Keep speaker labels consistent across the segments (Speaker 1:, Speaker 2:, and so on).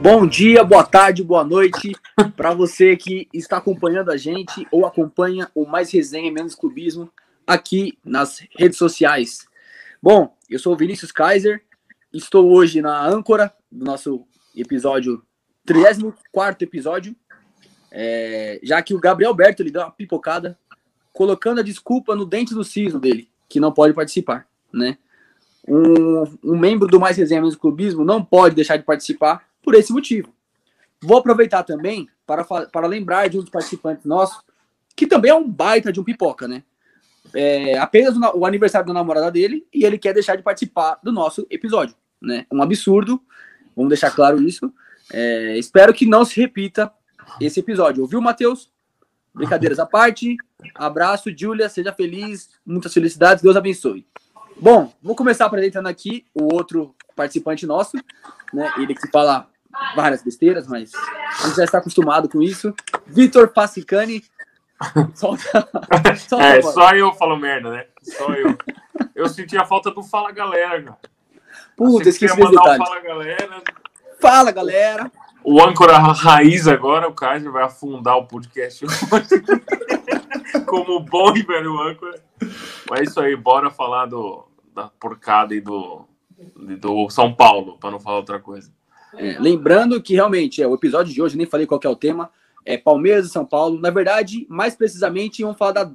Speaker 1: Bom dia, boa tarde, boa noite para você que está acompanhando a gente ou acompanha o Mais Resenha Menos Clubismo aqui nas redes sociais. Bom, eu sou o Vinícius Kaiser, estou hoje na âncora do nosso episódio, 34 episódio, é, já que o Gabriel Berto ele deu uma pipocada, colocando a desculpa no dente do siso dele, que não pode participar, né? Um, um membro do Mais Resenha Menos Clubismo não pode deixar de participar por esse motivo. Vou aproveitar também para, fa- para lembrar de um dos participantes nossos, que também é um baita de um pipoca, né? É, apenas o, na- o aniversário da namorada dele e ele quer deixar de participar do nosso episódio, né? Um absurdo, vamos deixar claro isso. É, espero que não se repita esse episódio. Ouviu, Matheus? Brincadeiras à parte. Abraço, Júlia, seja feliz, muitas felicidades, Deus abençoe. Bom, vou começar apresentando aqui o outro participante nosso, né? Ele que fala várias besteiras, mas a gente já está acostumado com isso. Vitor Passicani, solta, solta a
Speaker 2: É,
Speaker 1: voz.
Speaker 2: só eu falo merda, né? Só eu. Eu senti a falta do Fala Galera, cara.
Speaker 1: Puta,
Speaker 2: Achei que
Speaker 1: esqueci
Speaker 2: ia
Speaker 1: desse
Speaker 2: mandar o
Speaker 1: detalhe.
Speaker 2: Fala Galera. né?
Speaker 1: Fala, galera!
Speaker 2: O âncora raiz agora, o Kaiser vai afundar o podcast hoje. Como bom e velho âncora. Mas é isso aí, bora falar do, da porcada e do, do São Paulo, pra não falar outra coisa.
Speaker 1: É, lembrando que realmente é o episódio de hoje, nem falei qual que é o tema, é Palmeiras e São Paulo. Na verdade, mais precisamente, vamos falar da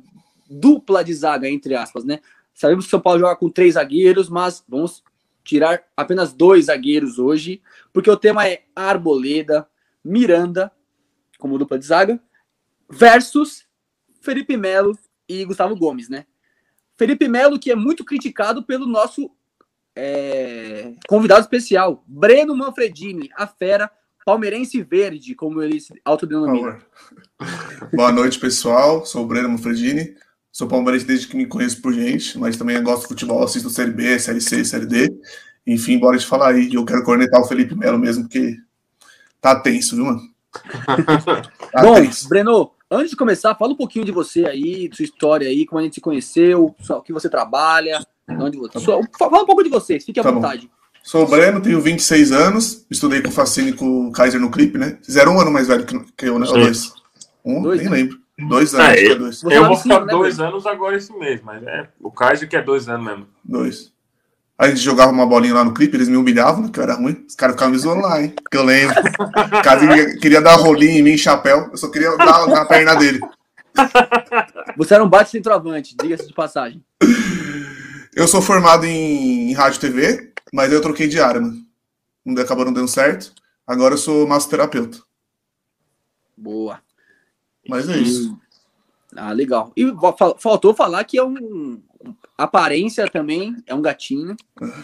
Speaker 1: dupla de zaga, entre aspas, né? Sabemos que o São Paulo joga com três zagueiros, mas vamos tirar apenas dois zagueiros hoje, porque o tema é Arboleda, Miranda, como dupla de zaga, versus Felipe Melo e Gustavo Gomes, né? Felipe Melo, que é muito criticado pelo nosso é, convidado especial, Breno Manfredini, a fera palmeirense verde, como ele se autodenomina.
Speaker 3: Boa noite, pessoal. Sou o Breno Manfredini. Sou palmeirense desde que me conheço por gente, mas também gosto de futebol, assisto Série B, Série C, Série D. Enfim, bora te falar aí. Eu quero cornetar o Felipe Melo mesmo, porque tá tenso, viu, mano? Tá
Speaker 1: Bom,
Speaker 3: tenso.
Speaker 1: Breno, antes de começar, fala um pouquinho de você aí, de sua história aí, como a gente se conheceu, só- o que você trabalha, onde você. só- fala um pouco de você, fique à
Speaker 3: Tá bom.
Speaker 1: vontade.
Speaker 3: Sou o Breno, tenho 26 anos. Estudei com o Facine e com o Kaiser no clipe, né? Fizeram um ano mais velho que- que eu, né? Ou dois? Um?
Speaker 1: Dois,
Speaker 3: Nem
Speaker 1: né?
Speaker 3: lembro. Dois anos,
Speaker 2: Ah,
Speaker 3: acho que é dois.
Speaker 1: Você
Speaker 2: eu
Speaker 1: tá
Speaker 2: vou
Speaker 1: no
Speaker 2: ficar
Speaker 1: cinco, né,
Speaker 2: dois anos agora esse mês, mas é o Kaiser que é dois anos mesmo.
Speaker 3: Dois. A gente jogava uma bolinha lá no clipe, eles me humilhavam, né, que eu era ruim. Os caras ficavam me zoando lá, hein? Que eu lembro. O cara queria, queria dar rolinho em mim, chapéu. Eu só queria dar na perna dele.
Speaker 1: Você era um bate centroavante, diga-se de passagem.
Speaker 3: Eu sou formado em, em rádio e TV, mas eu troquei de área, mano. Não deu- Acabou não dando certo. Agora eu sou massoterapeuta.
Speaker 1: Boa.
Speaker 3: Mas é isso.
Speaker 1: Hum. Ah, legal. E fa- faltou falar que é um. Aparência também, é um gatinho.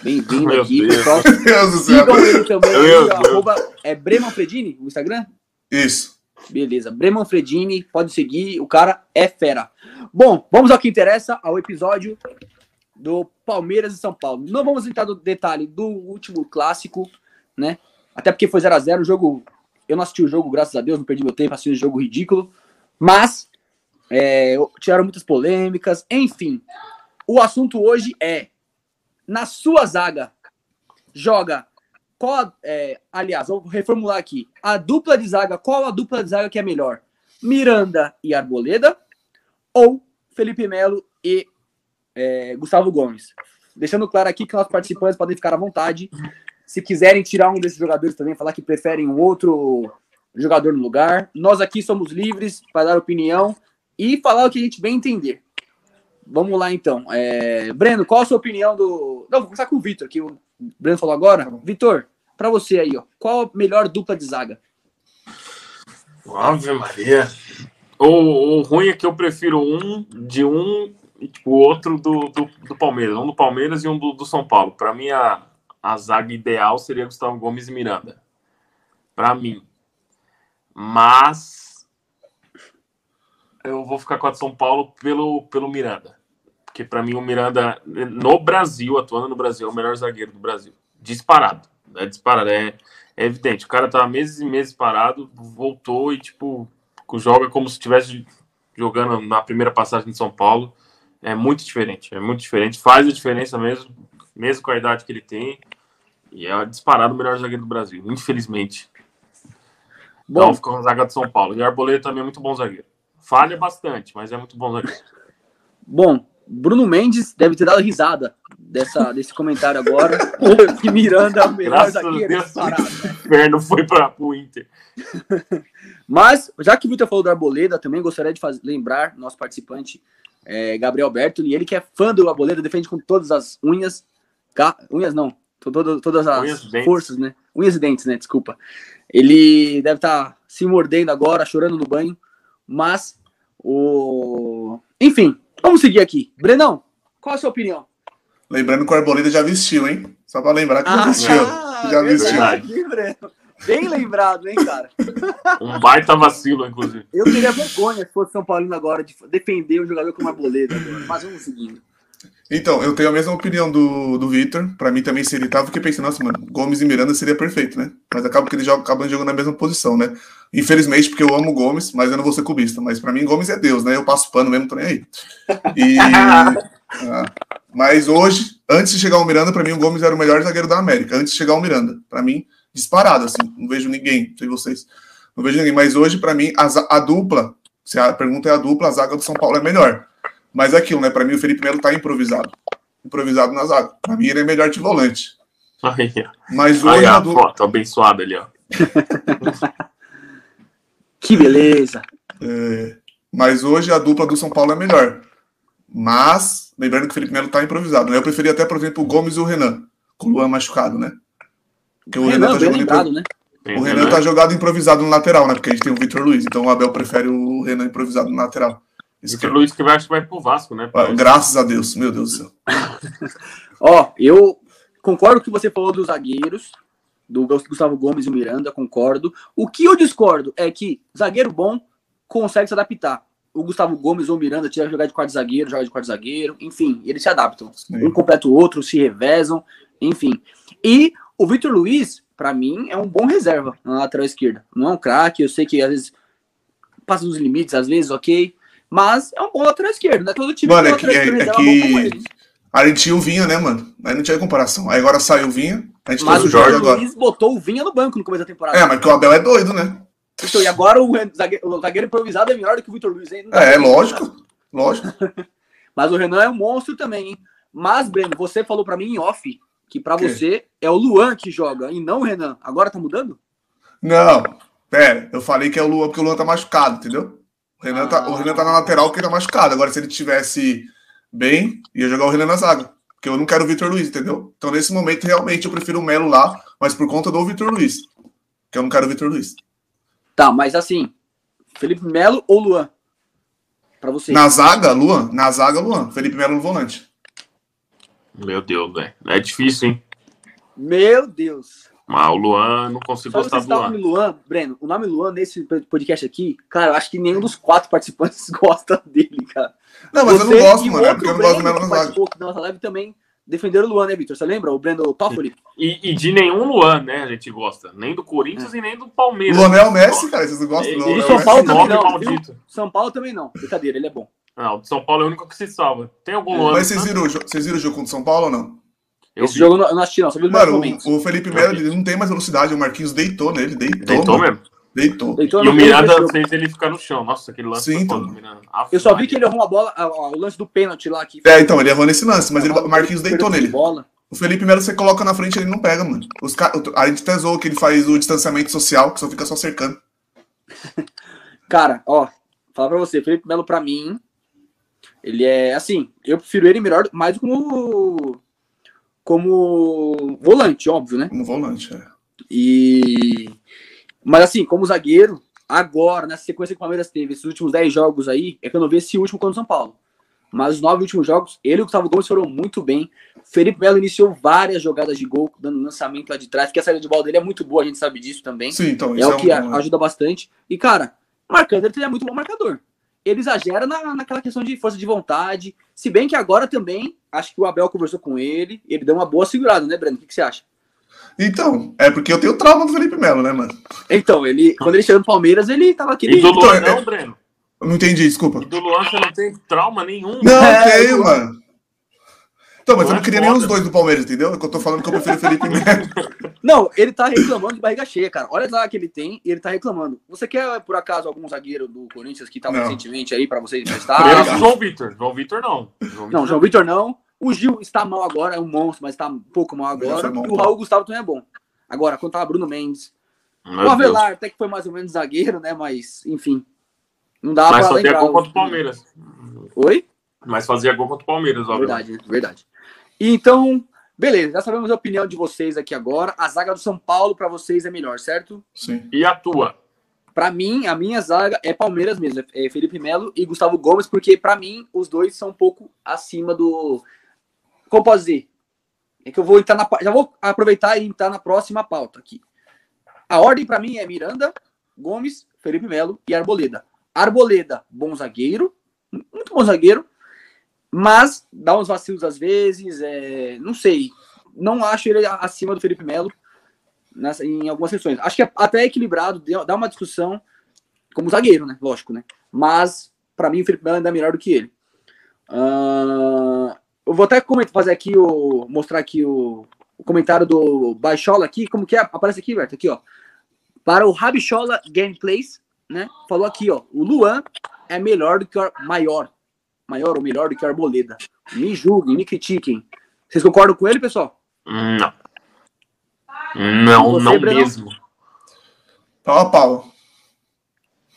Speaker 1: Bem-vindo
Speaker 2: Meu
Speaker 1: aqui.
Speaker 2: Deus.
Speaker 1: pessoal.
Speaker 3: Meu Deus do céu.
Speaker 1: Sigam ele também.
Speaker 2: Meu Deus.
Speaker 1: arroba, é Breman Fredini no Instagram?
Speaker 3: Isso.
Speaker 1: Beleza. Breman Fredini, pode seguir. O cara é fera. Bom, vamos ao que interessa, ao episódio do Palmeiras e São Paulo. Não vamos entrar no detalhe do último clássico, né? Até porque foi 0 a 0 o jogo. Eu não assisti o jogo, graças a Deus, não perdi meu tempo assistindo um jogo ridículo. Mas é, tiraram muitas polêmicas. Enfim, o assunto hoje é na sua zaga joga qual, é, aliás, vou reformular aqui. A dupla de zaga, qual a dupla de zaga que é melhor? Miranda e Arboleda ou Felipe Melo e é, Gustavo Gomes? Deixando claro aqui que nossos participantes podem ficar à vontade. Se quiserem tirar um desses jogadores também, falar que preferem um outro jogador no lugar. Nós aqui somos livres para dar opinião e falar o que a gente bem entender. Vamos lá então. É, Breno, qual a sua opinião do. Não, vou começar com o Vitor, que o Breno falou agora.
Speaker 3: Tá bom.
Speaker 1: Vitor, para você aí, ó, qual a melhor dupla de zaga?
Speaker 2: Ave Maria. O, o ruim é que eu prefiro um de um e tipo, o outro do, do, do Palmeiras. Um do Palmeiras e um do, do São Paulo. Para mim, a, a zaga ideal seria Gustavo Gomes e Miranda. Para mim. Mas eu vou ficar com a de São Paulo pelo, pelo Miranda. Porque para mim o Miranda, no Brasil, atuando no Brasil, é o melhor zagueiro do Brasil. Disparado. É disparado. É, é evidente, o cara tá meses e meses parado, voltou e, tipo, joga como se estivesse jogando na primeira passagem de São Paulo. É muito diferente, é muito diferente. Faz a diferença mesmo, mesmo com a idade que ele tem. E é disparado o melhor zagueiro do Brasil, infelizmente. Bom, então ficou com a zaga de São Paulo. E o Arboleda também é muito bom zagueiro. Falha bastante, mas é muito bom zagueiro.
Speaker 1: Bom, Bruno Mendes deve ter dado risada dessa, desse comentário agora. que Miranda é o melhor
Speaker 2: Graças a
Speaker 1: zagueiro.
Speaker 2: Deus,
Speaker 1: disparado.
Speaker 2: o inferno foi para o Inter.
Speaker 1: Mas, já que o Vitor falou do Arboleda, também gostaria de faz- lembrar nosso participante, eh, Gabriel Bertoli, ele que é fã do Arboleda, defende com todas as unhas, ca- unhas não, to- todo- todas as
Speaker 2: Unhas e dentes.
Speaker 1: forças, né? Unhas e dentes, né? Desculpa. Ele deve estar se mordendo agora, chorando no banho, mas o... Enfim, vamos seguir aqui. Brenão, qual a sua opinião?
Speaker 3: Lembrando que o Arboleda já vestiu, hein? Só pra lembrar
Speaker 1: Ah,
Speaker 3: que já vestiu. já vestiu.
Speaker 1: verdade, Breno. Bem lembrado, hein, cara?
Speaker 2: Um baita vacilo, inclusive.
Speaker 1: Eu teria vergonha se fosse São Paulino agora de defender um jogador como Arboleda agora. Mas vamos um seguindo.
Speaker 3: Então, eu tenho a mesma opinião do, do Vitor. Pra mim também seria. Tava porque pensei, nossa, mano, Gomes e Miranda seria perfeito, né? Mas acaba que eles jogam, acabam jogando na mesma posição, né? Infelizmente, porque eu amo o Gomes, mas eu não vou ser cubista. Mas pra mim, Gomes é Deus, né? Eu passo pano mesmo, tô nem aí. E, ah, mas hoje, antes de chegar o Miranda, pra mim o Gomes era o melhor zagueiro da América. Antes de chegar o Miranda. Pra mim, disparado, assim. Não vejo ninguém, não sei vocês. Não vejo ninguém. Mas hoje, pra mim, a, za- a dupla, se a pergunta é a dupla, a zaga do São Paulo é melhor. Mas é aquilo, né? Pra mim, o Felipe Melo tá improvisado. Improvisado na zaga. Pra mim, ele é melhor de volante.
Speaker 2: Aí,
Speaker 3: Mas
Speaker 2: ó.
Speaker 3: hoje,
Speaker 2: Aí
Speaker 3: a
Speaker 2: a
Speaker 3: dupla.
Speaker 2: foto abençoada ali, ó.
Speaker 1: Que beleza.
Speaker 3: é, mas hoje a dupla do São Paulo é melhor. Mas, lembrando que o Felipe Melo tá improvisado, né? Eu preferia até, por exemplo, o Gomes e o Renan, com o Luan machucado, né? Porque o
Speaker 1: Renan,
Speaker 3: Renan, tá
Speaker 1: bem
Speaker 3: jogando improvisado.
Speaker 1: lembrado, né?
Speaker 3: O Renan tá jogado improvisado no lateral, né? Porque a gente tem o Vitor Luiz, então o Abel prefere o Renan improvisado no lateral. Isso
Speaker 2: Vitor
Speaker 3: que-
Speaker 2: Luiz que vai, acho que vai pro Vasco, né?
Speaker 3: Ah, Graças a Deus, meu Deus do céu.
Speaker 1: Ó, eu concordo com o que você falou dos zagueiros, do Gustavo Gomes e o Miranda, concordo. O que eu discordo é que zagueiro bom consegue se adaptar. O Gustavo Gomes ou o Miranda tira jogar de quarto zagueiro, joga de quarto zagueiro, enfim, eles se adaptam. um
Speaker 3: Sim.
Speaker 1: completa o outro, se revezam, enfim. E o Vitor Luiz, pra mim, é um bom reserva na lateral esquerda. Não é um craque, eu sei que às vezes passa dos limites, às vezes, ok. Mas é um bom lateral esquerdo, né? Todo time
Speaker 3: Mano,
Speaker 1: tem
Speaker 3: é
Speaker 1: um
Speaker 3: que-
Speaker 1: lateral esquerdo
Speaker 3: é- é
Speaker 1: reserva
Speaker 3: que-
Speaker 1: bom como ele.
Speaker 3: A gente tinha o Vinha, né, mano? Aí não tinha comparação. Aí agora saiu o Vinha, a gente
Speaker 1: Mas
Speaker 3: trouxe
Speaker 1: o
Speaker 3: o Jorge
Speaker 1: Vitor
Speaker 3: agora.
Speaker 1: Luiz botou o Vinha no banco no começo da temporada.
Speaker 3: É, mas que o Abel é doido, né?
Speaker 1: Então, e agora o Ren- zague- o zagueiro improvisado é melhor do que o Vitor Luiz, hein? Não dá
Speaker 3: É, é
Speaker 1: pra
Speaker 3: lógico. Lógico.
Speaker 1: Mas o Renan é um monstro também, hein? Mas, Breno, você falou pra mim em off que pra
Speaker 3: Quê?
Speaker 1: você é o Luan que joga e não o Renan. Agora tá mudando?
Speaker 3: Não, pera, eu falei que é o Luan porque o Luan tá machucado, entendeu? O Renan, tá, o
Speaker 1: Ah.
Speaker 3: Renan tá na lateral porque ele tá machucado. Agora, se ele tivesse bem, ia jogar o Renan na zaga. Porque eu não quero o Vitor Luiz, entendeu? Então, nesse momento, realmente, eu prefiro o Melo lá, mas por conta do Vitor Luiz. Porque eu não quero o Vitor Luiz.
Speaker 1: Tá, mas assim, Felipe Melo ou Luan? Pra você.
Speaker 3: Na zaga, Luan. Na zaga, Luan. Felipe Melo no volante.
Speaker 2: Meu Deus, velho. É difícil, hein?
Speaker 1: Meu Deus.
Speaker 2: Mas o Luan, não consigo
Speaker 1: Só
Speaker 2: gostar
Speaker 1: você tá citar
Speaker 2: do
Speaker 1: o
Speaker 2: Luan.
Speaker 1: nome Luan, Breno, o nome Luan nesse podcast aqui, cara, eu acho que nenhum dos quatro participantes gosta dele, cara.
Speaker 3: Não, mas eu
Speaker 1: Você
Speaker 3: não gosto,
Speaker 1: e
Speaker 3: mano. É
Speaker 1: outro
Speaker 3: porque eu não gosto do
Speaker 1: Breno
Speaker 3: Melo
Speaker 1: que
Speaker 3: na zaga.
Speaker 1: participou da nossa live também defenderam o Luan, né, Vitor? Você lembra? O Breno Toffoli?
Speaker 2: E, e de nenhum Luan, né? A gente gosta. Nem do Corinthians e nem do Palmeiras.
Speaker 3: Luan é o Messi, cara. Vocês não gostam
Speaker 2: É,
Speaker 3: do Luan?
Speaker 2: existe
Speaker 3: é
Speaker 1: São
Speaker 3: o
Speaker 2: esse
Speaker 3: Messi?
Speaker 1: Paulo também
Speaker 2: nome
Speaker 1: não,
Speaker 2: maldito.
Speaker 1: São Paulo também não. Brincadeira, ele é bom.
Speaker 2: Não, o de São Paulo é o único que se salva. Tem algum Luan? né?
Speaker 3: Mas
Speaker 1: né?
Speaker 3: vocês viram, o jo- vocês viram o jogo contra o São Paulo ou não?
Speaker 2: Eu
Speaker 1: Esse
Speaker 2: vi.
Speaker 1: jogo eu não eu não assisti, não. Só vi os melhores
Speaker 3: Mano,
Speaker 1: momentos.
Speaker 3: o, o Felipe Melo ele não tem mais velocidade. O Marquinhos deitou nele, deitou.
Speaker 2: Deitou
Speaker 3: mano.
Speaker 2: mesmo.
Speaker 3: Deitou.
Speaker 1: Então, eu
Speaker 2: E o
Speaker 1: não vi
Speaker 2: Miranda
Speaker 1: esse jogo.
Speaker 2: fez ele ficar no chão. Nossa, aquele lance
Speaker 3: Sim,
Speaker 2: foi
Speaker 3: então.
Speaker 2: foda do Miranda. Ah,
Speaker 1: Eu só vi
Speaker 2: Maria.
Speaker 1: que ele errou uma bola, ah, ah, o lance do pênalti lá aqui.
Speaker 3: É, então, ele errou nesse lance, mas ele, o Marquinhos deitou nele.
Speaker 1: Bola.
Speaker 3: O Felipe Melo você coloca na frente, ele não pega, mano. Os ca... o- A gente até zoou que ele faz o distanciamento social, que só fica só cercando.
Speaker 1: Cara, ó, falar pra você, Felipe Melo, pra mim, ele é assim, eu prefiro ele melhor, mais como. como volante, óbvio, né?
Speaker 3: No volante, é.
Speaker 1: E. Mas assim, como zagueiro, agora, nessa sequência que o Palmeiras teve, esses últimos 10 jogos aí, é que eu não vi esse último contra o São Paulo. Mas os nove últimos jogos, ele e o Gustavo Gomes foram muito bem. Felipe Melo iniciou várias jogadas de gol, dando lançamento lá de trás, que a saída de bola dele é muito boa, a gente sabe disso também.
Speaker 3: Sim, então,
Speaker 1: É
Speaker 3: isso é,
Speaker 1: o que a-
Speaker 3: um...
Speaker 1: ajuda bastante. E, cara, marcando, ele é muito bom marcador. Ele exagera na, naquela questão de força de vontade. Se bem que agora também, acho que o Abel conversou com ele, ele deu uma boa segurada, né, Breno? O que, que você acha?
Speaker 3: Então, é porque eu tenho trauma do Felipe Melo, né, mano?
Speaker 1: Então, ele, quando ele chegou no Palmeiras, ele tava aquele.
Speaker 2: E do
Speaker 3: Então,
Speaker 2: Luan
Speaker 3: é-
Speaker 2: não, Breno.
Speaker 3: Eu não entendi, desculpa.
Speaker 2: E do Luan você não tem trauma nenhum.
Speaker 3: Não,
Speaker 1: É,
Speaker 3: tenho,
Speaker 1: eu-
Speaker 3: mano. Então, mas eu
Speaker 1: é
Speaker 3: não queria nem os dois do Palmeiras, entendeu? É que eu tô falando que eu prefiro o Felipe Melo.
Speaker 1: Não, ele tá reclamando de barriga cheia, cara. Olha lá que ele tem e ele tá reclamando. Você quer, por acaso, algum zagueiro do Corinthians que tava
Speaker 3: Não.
Speaker 1: recentemente aí pra vocês
Speaker 2: Primeiro que
Speaker 1: emprestar?
Speaker 2: o João Vitor. João Vitor não.
Speaker 1: não, João Vitor não. O Gil está mal agora, é um monstro, mas tá um pouco mal
Speaker 3: Já
Speaker 1: agora.
Speaker 3: foi bom,
Speaker 1: e o
Speaker 3: pô.
Speaker 1: Raul Gustavo também é bom. Agora, quanto a Bruno Mendes.
Speaker 2: Meu
Speaker 1: o
Speaker 2: Deus.
Speaker 1: Avelar até que foi mais ou menos zagueiro, né? Mas, enfim. Não dá
Speaker 2: Mas
Speaker 1: pra
Speaker 2: fazia
Speaker 1: lembrar.
Speaker 2: gol contra o
Speaker 1: os-
Speaker 2: Palmeiras.
Speaker 1: Oi?
Speaker 2: Mas fazia gol contra o Palmeiras, o Avelar.
Speaker 1: Verdade, né? verdade. E Então, beleza, já sabemos a opinião de vocês aqui agora. A zaga do São Paulo pra vocês é melhor, certo?
Speaker 3: Sim.
Speaker 2: E a tua?
Speaker 1: Pra mim, a minha zaga é Palmeiras mesmo, é Felipe Melo e Gustavo Gomes, porque pra mim os dois são um pouco acima do Como posso dizer? É que eu vou entrar na pa- já vou aproveitar e entrar na próxima pauta aqui. A ordem pra mim é Miranda, Gomes, Felipe Melo e Arboleda. Arboleda, bom zagueiro, muito bom zagueiro, mas dá uns vacilos às vezes, é, não sei. Não acho ele a- acima do Felipe Melo nessa- em algumas sessões. Acho que é até equilibrado, deu- dá uma discussão como zagueiro, né? Lógico, né? Mas, para mim, o Felipe Melo ainda é melhor do que ele. Ah, eu vou até comentar, fazer aqui o. mostrar aqui o, o comentário do Baixola aqui. Como que é? Aparece aqui, Berto, aqui, ó. Para o Rabichola Gameplays, né? Falou aqui, ó. O Luan é melhor do que o Ar- maior. Maior ou melhor do que o Arboleda. Me julguem, me critiquem. Vocês concordam com ele, pessoal?
Speaker 2: Não. Não,
Speaker 1: Você,
Speaker 2: não
Speaker 1: Breno?
Speaker 2: mesmo.
Speaker 3: Pau a Tá pau.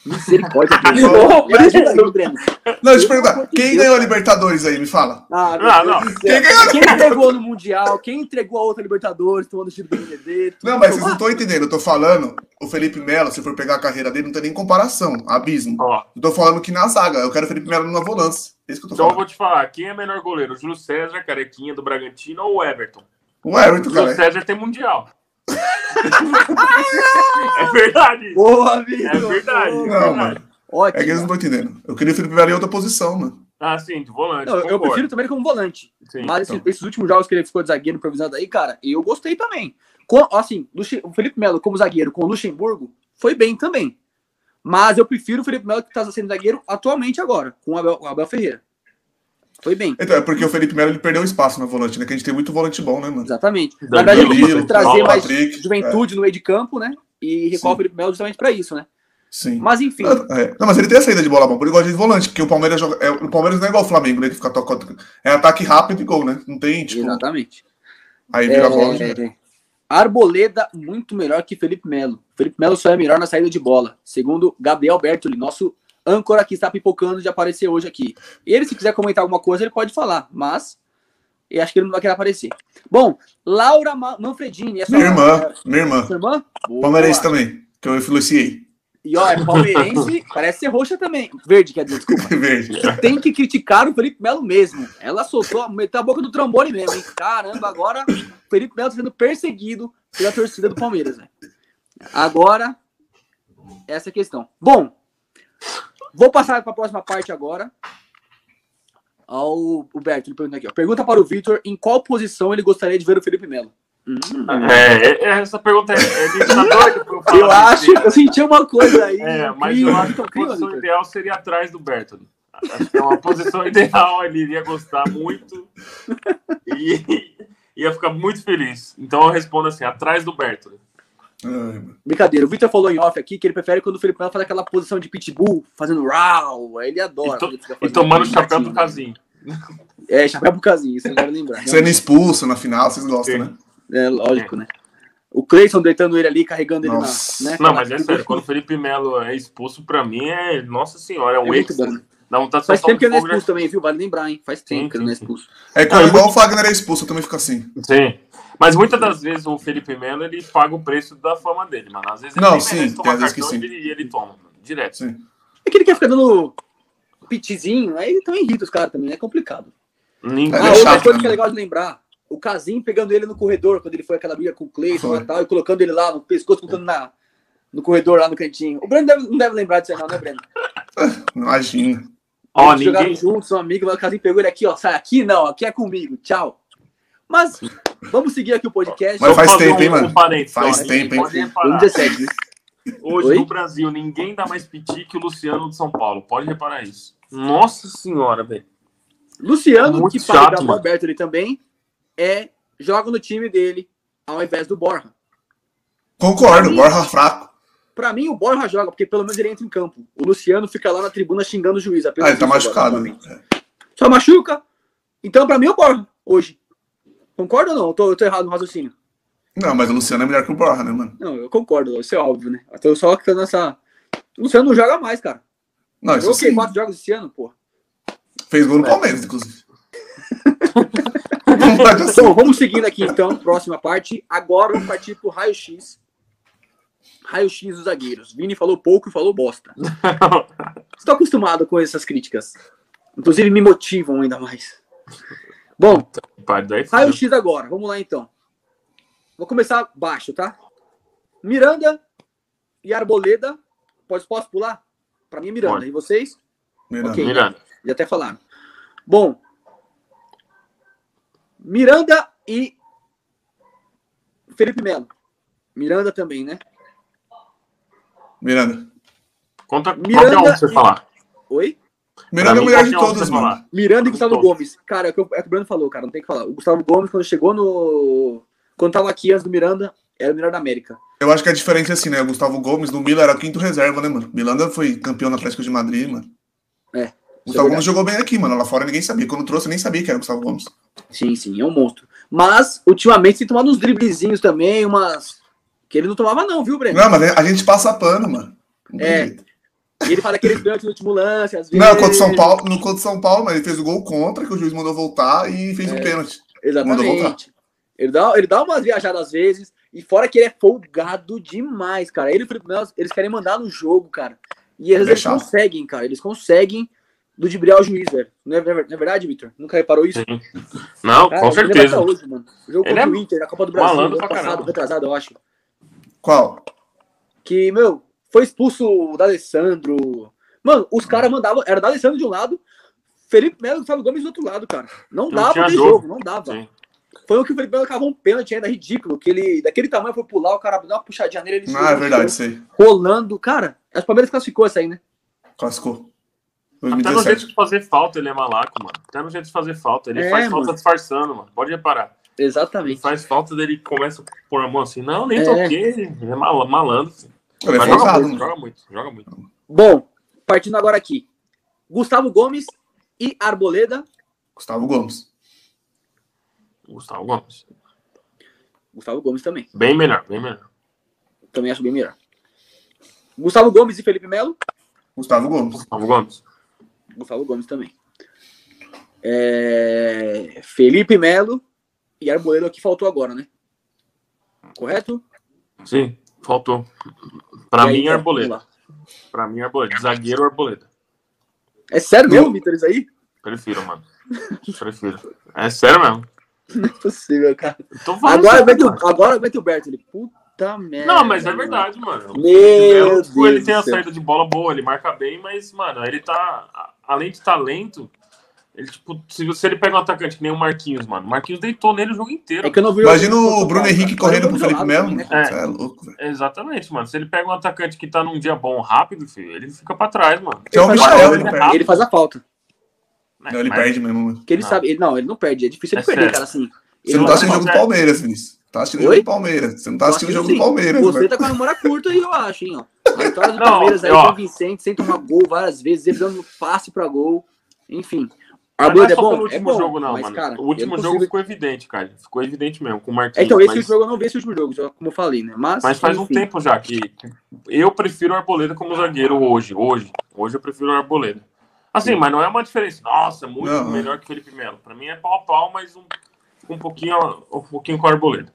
Speaker 1: Misericórdia. Breno.
Speaker 2: Ô,
Speaker 1: Me ajuda aí, Breno.
Speaker 3: Não, deixa eu te
Speaker 1: Pelo amor
Speaker 3: perguntar.
Speaker 1: de
Speaker 3: Quem
Speaker 1: Deus,
Speaker 3: ganhou a Libertadores aí? Me fala.
Speaker 1: Ah, meu
Speaker 2: Ah,
Speaker 1: Deus
Speaker 2: não.
Speaker 1: do céu. Quem entregou no Mundial, quem entregou a outra Libertadores, tomando tiro do Benedetto.
Speaker 3: Não, mas vocês não estão entendendo. Eu tô falando, o Felipe Melo, se for pegar a carreira dele, não tem nem comparação. Abismo.
Speaker 2: Ó,
Speaker 3: Eu tô falando que na zaga. Eu quero o Felipe Melo na volância. É isso que eu tô
Speaker 2: então eu
Speaker 3: falando.
Speaker 2: vou te falar. Quem é melhor goleiro? O Júlio César, Carequinha do Bragantino ou o Everton?
Speaker 3: O Everton,
Speaker 2: O Júlio
Speaker 3: cara.
Speaker 2: César tem Mundial. é verdade.
Speaker 1: Boa, Vitor.
Speaker 2: É verdade. É
Speaker 3: Não,
Speaker 2: verdade.
Speaker 3: mano. É que
Speaker 1: Ótimo.
Speaker 3: eles não estão entendendo. Eu queria o Felipe Melo em outra posição, mano.
Speaker 2: Ah, sim, de volante.
Speaker 1: Não, eu- eu
Speaker 2: concordo.
Speaker 1: prefiro também ele como volante.
Speaker 2: Sim.
Speaker 1: mas esses,
Speaker 3: então.
Speaker 1: esses últimos jogos que ele ficou de zagueiro improvisado aí, cara, eu gostei também. Com- assim, Luxe- o Felipe Melo como zagueiro com o Luxemburgo foi bem também. Mas eu prefiro o Felipe Melo que tá sendo zagueiro atualmente agora, com o Abel, o Abel Ferreira. Foi bem.
Speaker 3: Então, é porque o Felipe Melo ele perdeu espaço na volante, né? Que a gente tem muito volante bom, né, mano?
Speaker 1: Exatamente. Na
Speaker 2: Danilo,
Speaker 1: verdade, ele
Speaker 3: Danilo,
Speaker 1: precisa trazer
Speaker 2: Paulo
Speaker 1: mais
Speaker 3: Patrick, é.
Speaker 1: juventude no meio de campo, né? E recolhe o
Speaker 3: Sim.
Speaker 1: Felipe Melo justamente pra isso, né?
Speaker 3: Sim.
Speaker 1: Mas enfim,
Speaker 3: É. Não, mas ele tem a saída de bola bom, por igual de volante, porque o Palmeiras joga. é, o Palmeiras não é igual o Flamengo, né? Que fica tocando. É ataque rápido e gol, né? Não tem, tipo.
Speaker 1: exatamente.
Speaker 3: Aí
Speaker 1: É,
Speaker 3: vira bola. né?
Speaker 1: é, é. Arboleda muito melhor que Felipe Melo. Felipe Melo só é melhor na saída de bola, segundo Gabriel Bertoli, nosso âncora que está pipocando de aparecer hoje aqui. Ele, se quiser comentar alguma coisa, ele pode falar, mas eu acho que ele não vai querer aparecer. Bom, Laura Ma- Manfredini. É sua
Speaker 3: Minha irmã,
Speaker 1: É
Speaker 3: minha irmã.
Speaker 1: sua irmã? Boa.
Speaker 3: Palmeirense também, que eu influenciei.
Speaker 1: E ó, é palmeirense, parece ser roxa também. Verde, quer dizer, desculpa.
Speaker 3: Verde.
Speaker 1: tem que criticar o Felipe Melo mesmo. Ela soltou, meteu a boca no trombone mesmo, hein? Caramba, agora o Felipe Melo tá sendo perseguido pela torcida do Palmeiras, né? Agora, essa é a questão. Bom, vou passar para a próxima parte agora. Ó, o o Berto ele pergunta aqui, ó. Pergunta para o Vitor em qual posição ele gostaria de ver o Felipe Melo. Hum,
Speaker 2: É, é, é, essa pergunta é, é de ditador que eu falo
Speaker 1: eu
Speaker 2: isso,
Speaker 1: acho,
Speaker 2: né?
Speaker 1: eu senti uma coisa aí.
Speaker 2: É,
Speaker 1: um
Speaker 2: mas
Speaker 1: clima,
Speaker 2: eu acho que
Speaker 1: um
Speaker 2: a
Speaker 1: clima,
Speaker 2: posição
Speaker 1: Vitor.
Speaker 2: ideal seria atrás do Berton. Acho que é uma posição ideal, ele iria gostar muito e ia ficar muito feliz. Então eu respondo assim, atrás do Berton.
Speaker 3: Ai, mano.
Speaker 1: Brincadeira, o Vitor falou em off aqui que ele prefere quando o Felipe Melo faz aquela posição de pitbull, fazendo rau, aí ele adora.
Speaker 2: E to-
Speaker 1: quando ele fica
Speaker 2: E
Speaker 1: fazendo
Speaker 2: tomando o
Speaker 1: isso,
Speaker 2: chapéu do
Speaker 3: né?
Speaker 1: assim.
Speaker 2: Casim.
Speaker 1: É, chapéu pro casinho, isso eu quero lembrar.
Speaker 3: Sendo expulso na final, vocês gostam, né?
Speaker 1: É lógico, né? O Cleison deitando ele ali, carregando ele
Speaker 3: Nossa.
Speaker 1: na. Né?
Speaker 2: Não, mas é
Speaker 1: Aquele
Speaker 2: sério, quando o
Speaker 1: gostinho.
Speaker 2: Felipe Melo é expulso, pra mim é, nossa senhora, é um
Speaker 1: É muito
Speaker 2: ex.
Speaker 1: bom.
Speaker 2: Dá vontade de
Speaker 1: Faz
Speaker 2: soltar
Speaker 1: tempo
Speaker 2: um
Speaker 1: que ele não é
Speaker 2: fogo, né?
Speaker 1: expulso também, viu? Vale lembrar, hein? Faz tempo
Speaker 2: Sim,
Speaker 1: que ele não é
Speaker 2: sim,
Speaker 1: expulso.
Speaker 3: É
Speaker 2: Ah,
Speaker 3: quando
Speaker 2: eu
Speaker 3: igual o Fagner é expulso, eu também fico assim.
Speaker 2: Sim. Mas muitas das vezes o Felipe Melo ele paga o preço da fama dele, mano. Às vezes ele
Speaker 3: Não,
Speaker 2: nem
Speaker 3: sim,
Speaker 2: merece
Speaker 3: tem
Speaker 2: tomar
Speaker 3: às vezes que
Speaker 2: cartão e
Speaker 3: sim.
Speaker 2: ele, ele toma, mano, direto.
Speaker 3: Sim.
Speaker 1: É que ele quer ficar dando pitizinho, aí então irrita os caras também, é complicado.
Speaker 2: Ninguém-
Speaker 3: É,
Speaker 1: Ah,
Speaker 3: é
Speaker 1: outra
Speaker 3: chato,
Speaker 1: coisa
Speaker 3: né,
Speaker 1: que é
Speaker 3: mano?
Speaker 1: legal de lembrar. O Casim pegando ele no corredor, quando ele foi aquela briga com o Cleison
Speaker 3: Foi.
Speaker 1: e tal, e colocando ele lá no pescoço, colocando na, no corredor lá no cantinho. O Breno deve- não deve lembrar disso aí não, né, Breno?
Speaker 3: Imagina.
Speaker 2: Ó,
Speaker 1: Eles jogaram
Speaker 2: ninguém,
Speaker 1: juntos, são amigos, mas o Casim pegou ele aqui, ó, sai aqui não, aqui é comigo, tchau. Mas vamos seguir aqui o podcast.
Speaker 3: Mas
Speaker 2: Só
Speaker 3: faz
Speaker 2: fazer um
Speaker 3: tempo, hein, mano?
Speaker 2: parênteses,
Speaker 3: Faz
Speaker 2: ó,
Speaker 3: tempo, hein?
Speaker 2: pode reparar.
Speaker 1: 2017, né?
Speaker 2: Hoje
Speaker 1: Oi?
Speaker 2: no Brasil, ninguém dá mais piti que o Luciano de São Paulo. Pode reparar isso. Nossa senhora, velho.
Speaker 1: Luciano,
Speaker 2: Muito
Speaker 1: que fala
Speaker 2: chato,
Speaker 1: do
Speaker 2: mano.
Speaker 1: Alberto ali também, é, joga no time dele, ao invés do Borja.
Speaker 3: Concordo, Borja é fraco.
Speaker 1: Pra mim, o Borja joga, porque pelo menos ele entra em campo. O Luciano fica lá na tribuna xingando o juiz. apenas
Speaker 3: Ah, ele tá
Speaker 1: isso agora.
Speaker 3: machucado, né?
Speaker 1: Só machuca. Então, pra mim, o Borja, hoje. Concorda ou não? Eu tô, eu tô errado no raciocínio.
Speaker 3: Não, mas o Luciano é melhor que o Borja, né, mano?
Speaker 1: Não, eu concordo, isso é óbvio, né? Eu tô só ficando nessa. O Luciano não joga mais, cara.
Speaker 3: Não, isso
Speaker 1: Jogou o quê?
Speaker 3: sim.
Speaker 1: Quatro jogos esse ano, porra.
Speaker 3: Fez
Speaker 1: É.
Speaker 3: gol no Palmeiras, inclusive. Não pode assim.
Speaker 1: Bom, vamos seguindo aqui então, próxima parte. Agora vamos partir pro raio-x. Raio-x dos zagueiros. Vini falou pouco e falou bosta. Estou acostumado com essas críticas. Inclusive me motivam ainda mais. Bom,
Speaker 2: Pai, daí foi.
Speaker 1: raio-x agora. Vamos lá então. Vou começar baixo, tá? Miranda e Arboleda. Posso, posso pular? Pra mim é Miranda.
Speaker 2: Pode.
Speaker 1: E vocês?
Speaker 3: Miranda.
Speaker 1: Ok.
Speaker 2: Miranda.
Speaker 1: Já até falaram. Bom, Miranda e Felipe Melo. Miranda também, né?
Speaker 3: Miranda.
Speaker 2: Conta
Speaker 1: Miranda
Speaker 2: qualquer um que você
Speaker 1: e-
Speaker 2: falar.
Speaker 1: Oi?
Speaker 3: Miranda é o
Speaker 2: mim,
Speaker 3: melhor de
Speaker 2: qualquer um que
Speaker 3: todos,
Speaker 2: você
Speaker 3: mano.
Speaker 2: falar.
Speaker 1: Miranda e Gustavo
Speaker 2: Gustavo.
Speaker 1: Gomes. Cara, é o que o é o que o Bruno falou, cara, não tem o que falar. O Gustavo Gomes, quando chegou no. Quando tava aqui antes do Miranda, era o melhor da América.
Speaker 3: Eu acho que a diferença é assim, né? O Gustavo Gomes no Milan era quinto reserva, né, mano? Miranda foi campeão no Atlético de Madrid, mano.
Speaker 1: É,
Speaker 3: O Gustavo
Speaker 1: é
Speaker 3: Gomes jogou bem aqui, mano. Lá fora ninguém sabia. Quando trouxe, nem sabia que era o Gustavo Gomes.
Speaker 1: Sim, sim, é um monstro. Mas, ultimamente, tem tomado uns driblezinhos também, umas. Que ele não tomava, não, viu, Breno?
Speaker 3: Não, mas a gente passa pano, mano. Não tem
Speaker 1: É.
Speaker 3: jeito.
Speaker 1: Ele fala aquele pênalti no último lance, às vezes.
Speaker 3: Não, é contra o São Paulo, no contra o São Paulo, mas ele fez o gol contra, que o juiz mandou voltar e fez o pênalti. Mandou voltar.
Speaker 1: Exatamente. Ele dá, ele dá umas viajadas às vezes. E fora que ele é folgado demais, cara. Ele e o Felipe Melo, eles querem mandar no jogo, cara. E às vezes
Speaker 3: Ele é
Speaker 1: eles
Speaker 3: chato.
Speaker 1: conseguem, cara. Eles conseguem ludibriar o juiz, velho. Não é, ver- não é verdade, Vitor? Nunca reparou isso?
Speaker 2: Não,
Speaker 1: Cara,
Speaker 2: com
Speaker 1: eu lembro
Speaker 2: certeza.
Speaker 1: até hoje, mano. O jogo
Speaker 2: Ele
Speaker 1: contra
Speaker 2: é
Speaker 1: o Inter, na Copa do Brasil,
Speaker 2: malandro
Speaker 1: ano
Speaker 2: pra
Speaker 1: passado,
Speaker 2: caramba.
Speaker 1: retrasado, eu acho.
Speaker 3: Qual?
Speaker 1: Que, meu, foi expulso o D'Alessandro. Mano,
Speaker 2: Hum.
Speaker 1: os caras mandavam... Era o D'Alessandro de um lado, Felipe Melo e Gustavo Gomes do outro lado, cara. Não,
Speaker 2: Não
Speaker 1: dava
Speaker 2: tinha
Speaker 1: de
Speaker 2: jogo.
Speaker 1: jogo, não dava.
Speaker 2: Sim.
Speaker 1: Foi o que o Felipe Melo cavou um pênalti ainda ridículo, que ele, daquele tamanho, foi pular, o cara deu uma puxadinha nele, ele
Speaker 3: Ah, é
Speaker 1: ficou
Speaker 3: verdade, isso aí.
Speaker 1: rolando. Cara, as Palmeiras classificou essa aí, né?
Speaker 3: Classificou.
Speaker 1: tá
Speaker 2: Até no jeito
Speaker 3: 2017.
Speaker 2: de fazer falta, ele é malaco, mano. Até no jeito de fazer falta. Ele
Speaker 1: É,
Speaker 2: faz falta
Speaker 1: mano.
Speaker 2: disfarçando, mano. Pode reparar. Ele
Speaker 1: Exatamente.
Speaker 2: faz falta dele começa a pôr a mão assim. Não, nem toquei. Ele é mal- malandro. Assim.
Speaker 3: Ele é
Speaker 2: Mas joga
Speaker 3: forçado,
Speaker 2: muito,
Speaker 3: mano.
Speaker 2: joga muito, joga muito.
Speaker 1: Bom, partindo agora aqui. Gustavo Gomes e Arboleda.
Speaker 3: Gustavo Gomes.
Speaker 2: Gustavo Gomes.
Speaker 1: Gustavo Gomes também.
Speaker 2: Bem melhor, bem melhor.
Speaker 1: Também acho bem melhor. Gustavo Gomes e Felipe Melo.
Speaker 3: Gustavo Gomes.
Speaker 2: Gustavo Gomes.
Speaker 1: Gustavo Gomes também. É, Felipe Melo e Arboleda que faltou agora, né? Correto?
Speaker 2: Sim, faltou. Pra
Speaker 1: E aí,
Speaker 2: mim,
Speaker 1: então,
Speaker 2: Arboleda.
Speaker 1: vamos lá.
Speaker 2: Pra mim, Arboleda. Zagueiro, Arboleda.
Speaker 1: É sério mesmo, Vitor, isso aí?
Speaker 2: Prefiro, mano. Prefiro. É sério mesmo.
Speaker 1: Não é possível, cara.
Speaker 2: Eu Tô falando
Speaker 1: Agora
Speaker 2: sério,
Speaker 1: mete,
Speaker 2: mano.
Speaker 1: o, agora mete o Berto. Ele, puta merda.
Speaker 2: Não, mas é
Speaker 1: mano.
Speaker 2: verdade, mano.
Speaker 1: Meu
Speaker 2: Ele-
Speaker 1: Deus
Speaker 2: ele tem
Speaker 1: do
Speaker 2: a
Speaker 1: céu.
Speaker 2: saída de bola boa, ele marca bem, mas, mano, ele tá. a- Além de talento, ele, tipo, se, você- ele pega um atacante que nem o Marquinhos, mano. O Marquinhos deitou nele o jogo inteiro.
Speaker 1: É que eu não vi
Speaker 3: Imagina
Speaker 1: jogo
Speaker 3: o
Speaker 1: do
Speaker 3: Bruno
Speaker 1: cara,
Speaker 3: Henrique
Speaker 1: cara.
Speaker 3: correndo pro
Speaker 1: Mas
Speaker 3: Felipe
Speaker 1: jogado
Speaker 3: Melo.
Speaker 1: também,
Speaker 3: mano.
Speaker 1: né?
Speaker 2: É.
Speaker 3: Você é louco, velho.
Speaker 2: Exatamente, mano. Se ele pega um atacante que tá num dia bom rápido, filho, ele fica pra trás, mano.
Speaker 3: Que é o
Speaker 1: Ele faz
Speaker 3: Michel,
Speaker 1: falta,
Speaker 3: ele
Speaker 1: né?
Speaker 3: perde.
Speaker 1: Ele faz a falta.
Speaker 3: Não, ele
Speaker 2: Mas-
Speaker 3: perde mesmo, mano.
Speaker 1: Que ele
Speaker 2: tá. Não.
Speaker 1: sabe. Ele, não, ele não perde. É difícil ele
Speaker 2: É
Speaker 1: perder,
Speaker 2: sério.
Speaker 1: cara, assim.
Speaker 3: Você
Speaker 1: Ele
Speaker 3: não tá
Speaker 2: não tá
Speaker 3: assistindo o jogo do
Speaker 2: certo.
Speaker 3: Palmeiras, Vinícius. Tá assistindo o
Speaker 1: Oi?
Speaker 3: jogo do Palmeiras. Você não tá
Speaker 1: Eu
Speaker 3: assistindo o
Speaker 1: acho
Speaker 3: jogo
Speaker 1: que
Speaker 3: do
Speaker 1: sim.
Speaker 3: Palmeiras,
Speaker 1: Você
Speaker 3: velho.
Speaker 1: tá com a memória curta aí, eu acho, hein, ó. A vitória do
Speaker 2: Não,
Speaker 1: Palmeiras aí
Speaker 2: ó.
Speaker 1: com o Vicente, sem tomar gol várias vezes, ele dando passe pra gol. Enfim.
Speaker 2: Mas
Speaker 1: Arboleda
Speaker 2: não é só pelo
Speaker 1: é
Speaker 2: último
Speaker 1: bom,
Speaker 2: jogo, não,
Speaker 1: mas,
Speaker 2: mano.
Speaker 1: cara,
Speaker 2: o último
Speaker 1: eu não
Speaker 2: jogo
Speaker 1: consigo-
Speaker 2: ficou evidente, cara. Ficou evidente mesmo, com o
Speaker 1: É,
Speaker 2: Marquinhos.
Speaker 1: então, esse
Speaker 2: mas,
Speaker 1: jogo eu não vi esse último jogo, só como eu falei, né? Mas,
Speaker 2: mas faz um
Speaker 1: enfim.
Speaker 2: tempo já que que eu prefiro o Arboleda como zagueiro hoje. Hoje. Hoje eu prefiro o Arboleda. Assim, mas não é uma diferença. Nossa, muito
Speaker 3: Não. é.
Speaker 2: melhor que o Felipe Melo. Pra mim é pau a pau, mas um, um, pouquinho, um pouquinho com o Arboleda.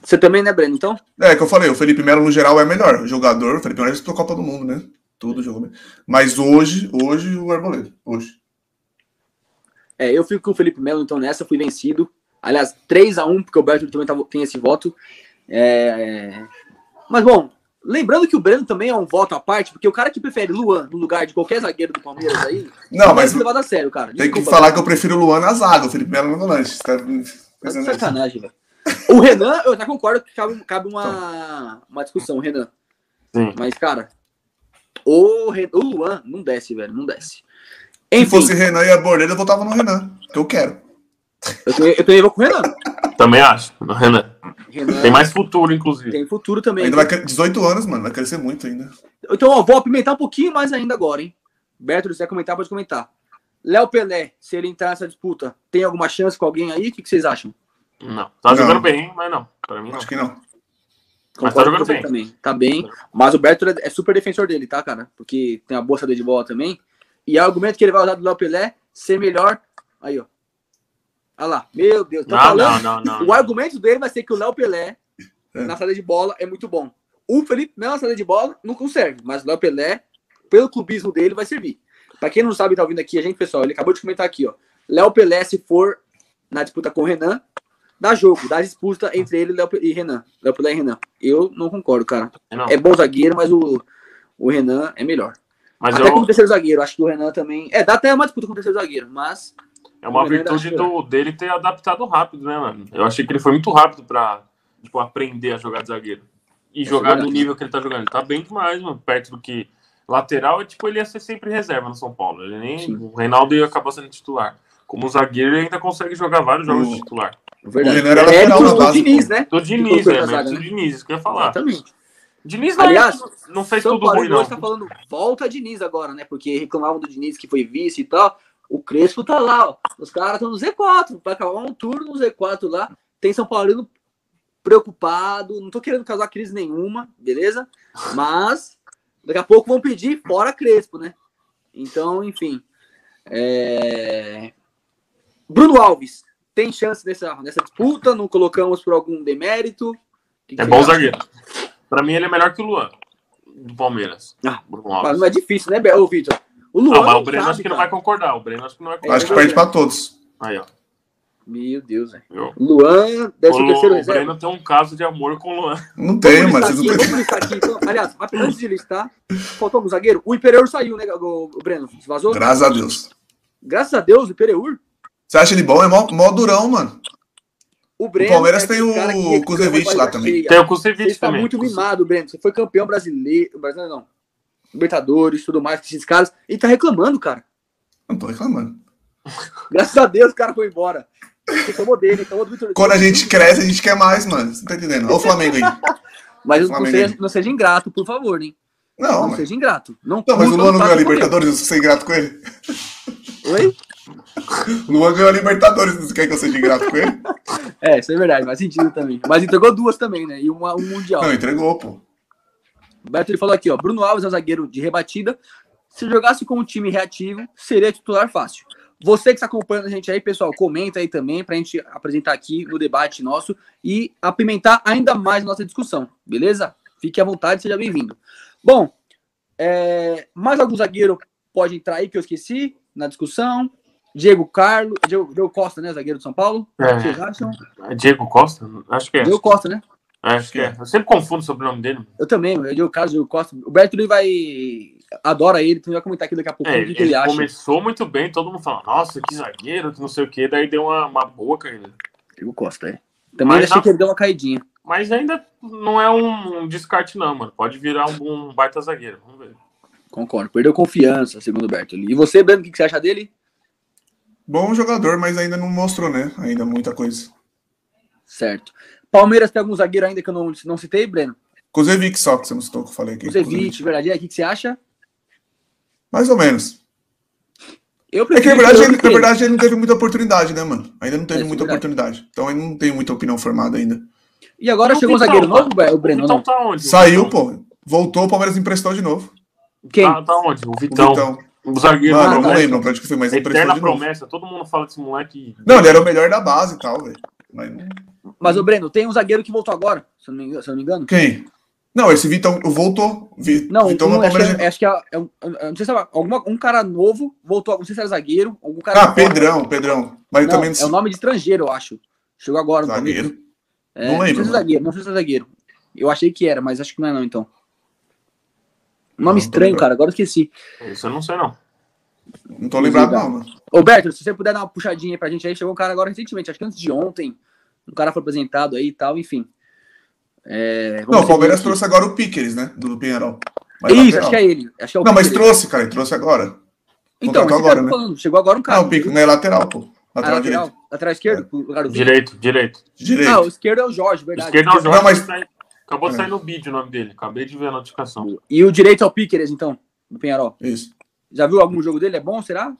Speaker 1: Você também, né, Breno? Então,
Speaker 3: É, que eu falei, o Felipe Melo no geral é melhor. Jogador, o Felipe Melo disputou a Copa do Mundo, né? Tudo jogou bem. Mas hoje, hoje o Arboleda. Hoje.
Speaker 1: é, eu fico com o Felipe Melo, então nessa fui vencido. Aliás, 3x1, porque o Bertoldo também tava- tem esse voto. É... Mas, bom, lembrando que o Breno também é um voto à parte, porque o cara que prefere Luan no lugar de qualquer zagueiro do Palmeiras aí,
Speaker 3: Não,
Speaker 1: vai
Speaker 3: mas
Speaker 1: ser levado a sério, cara.
Speaker 3: tem que
Speaker 1: Desculpa,
Speaker 3: falar que eu prefiro o Luan na zaga, o Felipe Melo no volante. Você Tá
Speaker 1: Tá de
Speaker 3: pensando nisso?
Speaker 1: sacanagem, velho. O Renan, eu até concordo que cabe, cabe
Speaker 3: Então.
Speaker 1: uma, uma discussão, o Renan.
Speaker 2: Sim.
Speaker 1: Mas, cara, o, Re- o Luan não desce, velho, não desce.
Speaker 3: Enfim. Se fosse Renan e a Bordeira, eu votava no Renan, que eu quero.
Speaker 1: Eu também, eu também vou com o Renan.
Speaker 2: Também acho, no Renan. Renan. Tem mais futuro, inclusive.
Speaker 1: Tem futuro também.
Speaker 3: Ainda vai, cre- 18 anos, mano, vai crescer muito ainda.
Speaker 1: Então, ó, vou apimentar um pouquinho mais ainda agora, hein? Beto, se quiser comentar, pode comentar. Léo Pelé, se ele entrar nessa disputa, tem alguma chance com alguém aí? O que, que vocês acham?
Speaker 2: Não. Tá
Speaker 3: Não.
Speaker 2: jogando bem, mas não. Pra mim, não.
Speaker 3: Acho que não.
Speaker 2: Mas tá
Speaker 1: Concordo
Speaker 2: jogando
Speaker 1: com você
Speaker 2: bem.
Speaker 1: Também. Tá bem. Mas o Berto é super defensor dele, tá, cara? Porque tem a bolsa dele de bola também. E é o argumento que ele vai usar do Léo Pelé ser melhor. Aí, ó. Olha lá. Meu Deus. Tô
Speaker 2: Ah, Não,
Speaker 1: Tá falando.
Speaker 2: não, não, não,
Speaker 1: o
Speaker 2: não.
Speaker 1: argumento dele vai ser que o Léo Pelé
Speaker 3: É.
Speaker 1: na saída de bola é muito bom. O Felipe Melo na saída de bola não consegue, mas o Léo Pelé, pelo clubismo dele, vai servir. Pra quem não sabe, tá ouvindo aqui, a gente, pessoal, ele acabou de comentar aqui, ó. Léo Pelé, se for na disputa com o Renan, dá jogo, dá disputa entre ele e Léo Pe- e Renan. Léo Pelé e Renan. Eu não concordo, cara.
Speaker 2: Não.
Speaker 1: É bom zagueiro, mas o, o Renan é melhor.
Speaker 2: Mas
Speaker 1: até
Speaker 2: eu,
Speaker 1: como terceiro zagueiro, acho que o Renan também. É, dá até uma disputa com o terceiro zagueiro, mas.
Speaker 2: é uma
Speaker 1: o Renan
Speaker 2: virtude
Speaker 1: era-
Speaker 2: do, dele ter adaptado rápido, né, mano? Eu achei que ele foi muito rápido pra tipo, aprender a jogar de zagueiro. E
Speaker 1: Isso é
Speaker 2: jogar no
Speaker 1: verdade.
Speaker 2: nível que ele tá jogando. Ele tá bem demais, mano. Perto do que lateral, é tipo, ele ia ser sempre reserva no São Paulo. Ele nem,
Speaker 1: Sim.
Speaker 2: o Reinaldo ia acabar sendo titular. Como zagueiro, ele ainda consegue jogar vários jogos
Speaker 3: O-
Speaker 2: de titular.
Speaker 1: Verdade.
Speaker 3: O Renan era
Speaker 1: É
Speaker 3: lateral
Speaker 1: do-
Speaker 3: na
Speaker 1: do
Speaker 3: base,
Speaker 1: Diniz,
Speaker 3: pô.
Speaker 1: né?
Speaker 2: Do Diniz,
Speaker 1: colocou
Speaker 2: né,
Speaker 1: na
Speaker 2: mano?
Speaker 1: zaga,
Speaker 2: Do
Speaker 1: né?
Speaker 2: Diniz, que eu ia falar.
Speaker 1: Exatamente.
Speaker 2: Diniz não,
Speaker 1: Aliás,
Speaker 2: não fez
Speaker 1: São
Speaker 2: tudo
Speaker 1: Paulo
Speaker 2: ruim,
Speaker 1: hoje
Speaker 2: não. É
Speaker 1: está falando volta Diniz agora, né? Porque reclamavam do Diniz que foi vice e tal. O Crespo tá lá, ó. Os caras estão no Z4. Vai acabar um turno no Z4 lá. Tem São Paulino preocupado. Não tô querendo causar crise nenhuma, beleza? Mas daqui a pouco vão pedir fora Crespo, né? Então, enfim. É, Bruno Alves, tem chance nessa, nessa disputa? Não colocamos por algum demérito? O que que
Speaker 2: É
Speaker 1: você
Speaker 2: bom
Speaker 1: acha?
Speaker 2: zagueiro. Pra mim, ele é melhor que o Luan, do Palmeiras.
Speaker 1: Ah,
Speaker 2: Bruno
Speaker 1: Mas
Speaker 2: Alves.
Speaker 1: não é difícil, né, Be- ô, Vitor? O Luan
Speaker 2: Ah, mas
Speaker 1: não
Speaker 2: o Breno
Speaker 1: sabe,
Speaker 2: acho que não vai
Speaker 1: cara.
Speaker 2: concordar. O Breno acho que não vai
Speaker 1: É,
Speaker 2: concordar.
Speaker 3: Acho que perde pra todos.
Speaker 2: Aí, ó.
Speaker 1: Meu Deus, velho.
Speaker 2: viu?
Speaker 1: Luan deve
Speaker 2: O,
Speaker 1: ser o
Speaker 2: Lu-
Speaker 1: terceiro
Speaker 2: o
Speaker 1: reserva.
Speaker 2: Breno tem um caso de amor com o Luan.
Speaker 3: Não
Speaker 1: Vamos
Speaker 3: tem,
Speaker 1: listar
Speaker 3: mas vocês
Speaker 1: aqui,
Speaker 3: não tem.
Speaker 1: Vamos listar aqui. Então, aliás, mas antes de listar, faltou algum zagueiro? O Imperiur saiu, né, o o Breno? Se vazou?
Speaker 3: Graças a Deus.
Speaker 1: Graças a Deus, o Imperiur.
Speaker 3: Você acha ele bom? É mó, mó durão, mano.
Speaker 1: O Breno. é
Speaker 3: O Palmeiras tem
Speaker 1: aquele
Speaker 3: o
Speaker 1: cara que-
Speaker 3: Kuznevich lá também.
Speaker 1: Cheia.
Speaker 2: Tem o
Speaker 1: Você
Speaker 2: Kusevich
Speaker 1: está tá
Speaker 2: também.
Speaker 1: muito mimado, Breno. Você foi campeão brasileiro. Brasileiro não. Libertadores, tudo mais, com esses caras. E tá reclamando, cara.
Speaker 3: Não tô reclamando.
Speaker 1: Graças a Deus o cara foi embora. Reclamou dele, reclamou do Vitor.
Speaker 3: Quando a gente cresce, a gente quer mais, mano. Você não tá entendendo? Olha o Flamengo aí.
Speaker 1: Mas não
Speaker 3: Flamengo.
Speaker 1: seja, não seja ingrato, por favor, hein?
Speaker 3: Não,
Speaker 1: Não,
Speaker 3: mas,
Speaker 1: seja ingrato. Não,
Speaker 3: não, mas o
Speaker 1: curta
Speaker 3: Luan não
Speaker 1: faça
Speaker 3: ganhou a
Speaker 1: com
Speaker 3: Libertadores, eu sou ingrato com ele.
Speaker 1: ele. Oi?
Speaker 3: O Luan ganhou a Libertadores, você quer que eu seja ingrato com ele?
Speaker 1: É, isso é verdade, faz sentido também. Mas entregou duas também, né? E uma, um mundial.
Speaker 3: Não, entregou, pô.
Speaker 1: O Beto ele falou aqui, ó. Bruno Alves é um zagueiro de rebatida. Se jogasse com um time reativo, seria titular fácil. Você que está acompanhando a gente aí, pessoal, comenta aí também pra gente apresentar aqui no debate nosso e apimentar ainda mais nossa discussão, beleza? Fique à vontade, seja bem-vindo. Bom, é, mais algum zagueiro pode entrar aí que eu esqueci na discussão? Diego Carlos, Diego, Diego Costa, né? Zagueiro de São Paulo.
Speaker 2: É.
Speaker 1: Vocês acham?
Speaker 2: É Diego Costa? Acho que é.
Speaker 1: Diego Costa, né?
Speaker 2: É, Acho que é. Eu sempre confundo o sobrenome dele.
Speaker 1: Eu também, eu digo o caso, eu gosto. O Berto ele vai. Adora ele, tu vai comentar aqui daqui a pouco
Speaker 2: É,
Speaker 1: o que,
Speaker 2: ele
Speaker 1: que ele acha.
Speaker 2: começou muito bem, todo mundo fala, nossa, que zagueiro, que não sei o quê. Daí deu uma, uma boa caída.
Speaker 1: Diego Costa, é. Também
Speaker 2: Mas
Speaker 1: achei
Speaker 2: na-
Speaker 1: que ele deu uma caidinha.
Speaker 2: Mas ainda não é um, um descarte, não, mano. Pode virar um, um baita zagueiro. Vamos ver.
Speaker 1: Concordo. Perdeu confiança, segundo o Berto. E você, Breno, o que, que você acha dele?
Speaker 3: Bom jogador, mas ainda não mostrou, né? Ainda muita coisa.
Speaker 1: Certo. Palmeiras tem algum zagueiro ainda que eu não, não citei, Breno?
Speaker 3: Kozevic só, que você não citou, que eu falei aqui.
Speaker 1: O Zevich, verdade? O que, que você acha?
Speaker 3: Mais ou menos.
Speaker 1: Eu
Speaker 3: É que, na verdade, ele,
Speaker 1: do que
Speaker 3: na verdade, ele não teve muita oportunidade, né, mano? Ainda não teve
Speaker 1: É, isso é
Speaker 3: muita
Speaker 1: verdade.
Speaker 3: oportunidade. Então, ele não tem muita opinião formada ainda.
Speaker 1: E agora
Speaker 2: Não,
Speaker 1: chegou um
Speaker 2: Vitão,
Speaker 1: zagueiro
Speaker 2: tá?
Speaker 1: novo, Be- o Breno?
Speaker 2: Vitão
Speaker 1: não?
Speaker 2: tá onde?
Speaker 1: então.
Speaker 3: Saiu, pô. Voltou, o Palmeiras emprestou de novo.
Speaker 1: Quem?
Speaker 2: Tá, tá onde? O
Speaker 3: O
Speaker 2: Vitão. O,
Speaker 3: Vitão.
Speaker 2: zagueiro.
Speaker 3: Mano,
Speaker 1: Ah,
Speaker 3: eu não
Speaker 1: mas-
Speaker 2: promessa.
Speaker 3: lembro pra onde que foi, mas emprestou
Speaker 2: Eterna
Speaker 3: de novo.
Speaker 2: promessa. Todo mundo fala desse moleque.
Speaker 3: Não, ele era o melhor da base e tal, velho. Mas não-
Speaker 1: Mas o Breno, tem um zagueiro que voltou agora, se eu não me engano. Se eu não me engano.
Speaker 3: Quem? Não, esse Vitão Então voltou. Vi,
Speaker 1: Não,
Speaker 3: Vitão
Speaker 1: um,
Speaker 3: no
Speaker 1: acho,
Speaker 3: Palmeiras.
Speaker 1: que é- acho que é, é um, eu não sei se é alguma, um cara novo voltou, não sei se era zagueiro, algum cara
Speaker 3: Ah,
Speaker 1: de fora.
Speaker 3: Pedrão, Pedrão. Mas eu
Speaker 1: Não,
Speaker 3: também
Speaker 1: é o nome de estrangeiro, eu acho. Chegou agora. no Palmeiras.
Speaker 3: Zagueiro.
Speaker 1: É,
Speaker 3: Não lembro,
Speaker 1: Não sei se é
Speaker 3: mano.
Speaker 1: zagueiro, não sei se é zagueiro. Eu achei que era, mas acho que não é não, então. Nome
Speaker 3: Não, tô
Speaker 1: estranho,
Speaker 3: lembrado.
Speaker 1: cara. Agora eu esqueci.
Speaker 2: Isso eu não sei, não.
Speaker 3: Não tô lembrado,
Speaker 1: Verdade.
Speaker 3: não, mano.
Speaker 1: Ô, Berto, se você puder dar uma puxadinha aí pra gente aí. Chegou um cara agora recentemente, acho que antes de ontem. Um cara foi apresentado aí e tal, enfim. É, vamos
Speaker 3: Não, o
Speaker 1: ver
Speaker 3: Palmeiras
Speaker 1: como é
Speaker 3: trouxe agora o Piqueres, né? Do Pinheirão.
Speaker 1: que- Isso, acho que é ele. Acho que é o
Speaker 3: Não, mas
Speaker 1: Piquet.
Speaker 3: trouxe, cara. Ele trouxe agora.
Speaker 1: Então,
Speaker 3: Contratou
Speaker 1: esse cara
Speaker 3: agora,
Speaker 1: tá
Speaker 3: né?
Speaker 1: falando, chegou agora um cara.
Speaker 3: Ah, o Pico, né? Lateral, pô.
Speaker 1: Ah,
Speaker 3: Lateral,
Speaker 1: lateral,
Speaker 3: direito. É.
Speaker 1: lateral esquerdo? pro Garoto.
Speaker 2: Direito, direito.
Speaker 3: Direito.
Speaker 1: Ah, o esquerdo é o Jorge, verdade.
Speaker 2: Esquerda é o Jorge.
Speaker 3: Não, mas-
Speaker 2: sai- Acabou de
Speaker 3: É.
Speaker 2: sair no vídeo o nome dele. Acabei de ver a notificação.
Speaker 1: E o direito é o Piqueres, então, do Penharol.
Speaker 3: Isso.
Speaker 1: Já viu algum jogo dele? É bom, será?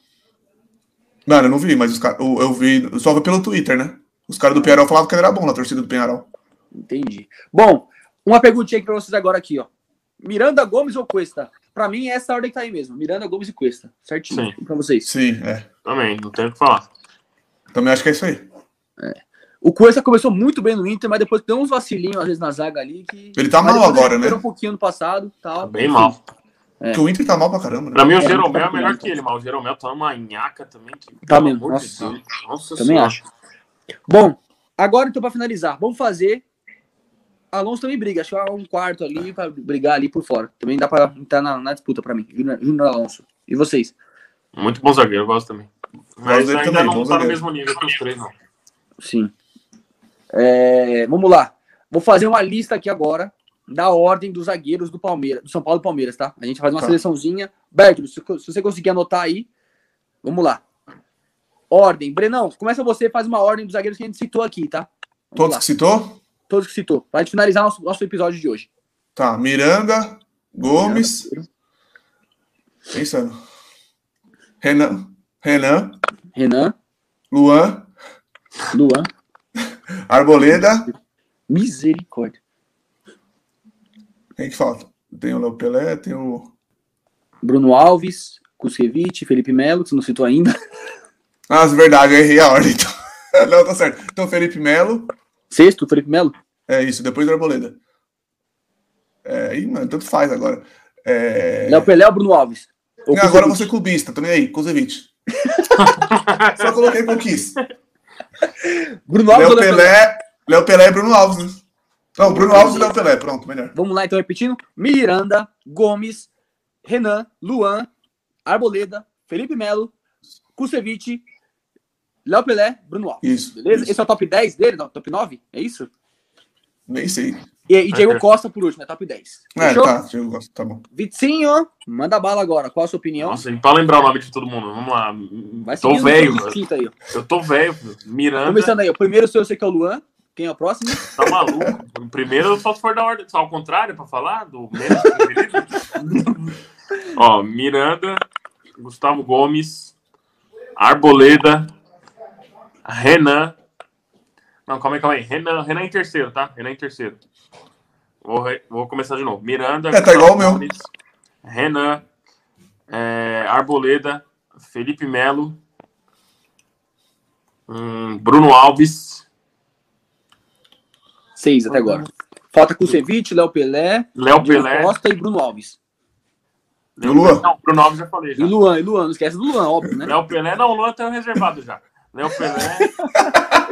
Speaker 3: Mano, eu não vi, mas os caras. Eu, eu vi. Eu só vi pelo Twitter, né? Os caras do Penharol falavam que ele era bom na torcida do Penharol.
Speaker 1: Entendi. Bom, uma perguntinha aqui pra vocês agora aqui, ó. Miranda Gomes ou Cuesta? Pra mim, é essa a ordem que tá aí mesmo. Miranda Gomes e Cuesta. Certinho. Pra vocês.
Speaker 3: Sim, é.
Speaker 2: Também, não tenho o que falar.
Speaker 3: Também acho que é isso aí.
Speaker 1: O Cuesta começou muito bem no Inter, mas depois deu uns vacilinhos, às vezes, na zaga ali. Que...
Speaker 3: Ele tá
Speaker 1: Mas
Speaker 3: mal
Speaker 1: depois
Speaker 3: agora,
Speaker 1: recuperou
Speaker 3: né?
Speaker 1: um pouquinho no passado. Tal.
Speaker 2: Tá bem mal.
Speaker 1: É.
Speaker 3: Porque o Inter tá mal pra caramba, né?
Speaker 2: Pra mim, o
Speaker 1: É,
Speaker 2: Jeromel
Speaker 1: tá
Speaker 2: é melhor
Speaker 1: bem.
Speaker 2: que ele, mas o Jeromel tá numa nhaca também. Que,
Speaker 1: Tá
Speaker 2: pelo
Speaker 1: mesmo,
Speaker 2: amor de
Speaker 1: nossa.
Speaker 2: Deus. Nossa
Speaker 1: Também
Speaker 2: senhora.
Speaker 1: acho. Bom, agora então para finalizar, vamos fazer. Alonso também briga, acho que é um quarto ali para brigar ali por fora. Também dá para entrar na, na disputa para mim, Júnior Júnior Alonso. E vocês?
Speaker 2: Muito bom zagueiro, eu gosto também. Mas
Speaker 3: dele
Speaker 2: ainda
Speaker 3: também,
Speaker 2: não tá
Speaker 3: bom
Speaker 2: no
Speaker 3: zagueiro.
Speaker 2: mesmo nível que os três, não.
Speaker 1: Sim. É, vamos lá. Vou fazer uma lista aqui agora da ordem dos zagueiros do Palmeiras, do São Paulo e Palmeiras, tá? A gente faz uma
Speaker 3: Tá.
Speaker 1: seleçãozinha. Berto, se, se você conseguir anotar aí, vamos lá. Ordem. Brenão, começa você, faz uma ordem dos zagueiros que a gente citou aqui, tá? Vamos
Speaker 3: Todos
Speaker 1: lá.
Speaker 3: que citou?
Speaker 1: todos que citou. Pra gente finalizar nosso, nosso episódio de hoje.
Speaker 3: Tá. Miranda, Gomes. Pensando. Renan. Renan.
Speaker 1: Renan,
Speaker 3: Luan.
Speaker 1: Luan,
Speaker 3: Arboleda.
Speaker 1: misericórdia.
Speaker 3: Quem que falta? Tem o Léo Pelé, tem o.
Speaker 1: Bruno Alves, Kusevich, Felipe Melo, que você não citou ainda.
Speaker 3: Ah, verdade, eu errei a ordem. Então. Não, tá certo. Então, Felipe Melo.
Speaker 1: Sexto, Felipe Melo.
Speaker 3: É isso, depois do Arboleda. É, ih, mano, tanto faz agora. É...
Speaker 1: Léo Pelé ou Bruno Alves? Ou
Speaker 3: Não, agora eu vou
Speaker 1: Kusevich?
Speaker 3: ser clubista, tô nem aí, Kusevich. Só coloquei porque eu quis.
Speaker 1: Bruno Alves
Speaker 3: Léo
Speaker 1: ou Léo Pelé?
Speaker 3: Pelé, Léo Pelé e Bruno Alves, né? Não, Bruno Alves e Léo Pelé, pronto, melhor.
Speaker 1: Vamos lá, então, repetindo. Miranda, Gomes, Renan, Luan, Arboleda, Felipe Melo, Kusevich, Léo Pelé, Bruno Alves.
Speaker 3: Isso.
Speaker 1: Beleza?
Speaker 3: isso.
Speaker 1: Esse é o top 10 dele? Não, top 9? É isso?
Speaker 3: Nem sei.
Speaker 1: E, e Diego
Speaker 2: É.
Speaker 1: Costa por último, é top 10.
Speaker 3: É,
Speaker 1: Fechou?
Speaker 3: tá, eu gosto, tá bom.
Speaker 1: Vitinho, manda bala agora. Qual a sua opinião?
Speaker 2: Nossa, e pra lembrar o nome de todo mundo, vamos lá.
Speaker 1: Vai
Speaker 2: tô
Speaker 1: seguindo
Speaker 2: velho,
Speaker 1: todos os
Speaker 2: mano.
Speaker 1: quinto aí, ó.
Speaker 2: eu tô velho. filho. Miranda,
Speaker 1: Começando aí, o primeiro seu eu sei que é o Luan. Quem é o próximo?
Speaker 2: tá maluco. Primeiro, só se for da ordem, só ao contrário, pra falar, do menos pro primeiro. Ó, Miranda, Gustavo Gomes, Arboleda, Renan. Não, calma aí, calma aí. Renan, Renan em terceiro, tá? Renan em terceiro. Vou, re- vou começar de novo. Miranda.
Speaker 3: É, tá igual o meu.
Speaker 2: Gomes, Renan. é, Arboleda. Felipe Melo. hum, Bruno Alves.
Speaker 1: Seis até agora. Falta Kusevich, Léo Pelé,
Speaker 2: Léo
Speaker 1: Diego
Speaker 2: Pelé.
Speaker 1: Costa e Bruno Alves.
Speaker 2: Léo-
Speaker 3: Luan.
Speaker 2: Não, Bruno Alves já falei
Speaker 1: E
Speaker 2: já.
Speaker 1: Luan, e Luan, não esquece do Luan, óbvio, né?
Speaker 2: Léo Pelé. Não, o Luan tá reservado já. Léo Pelé.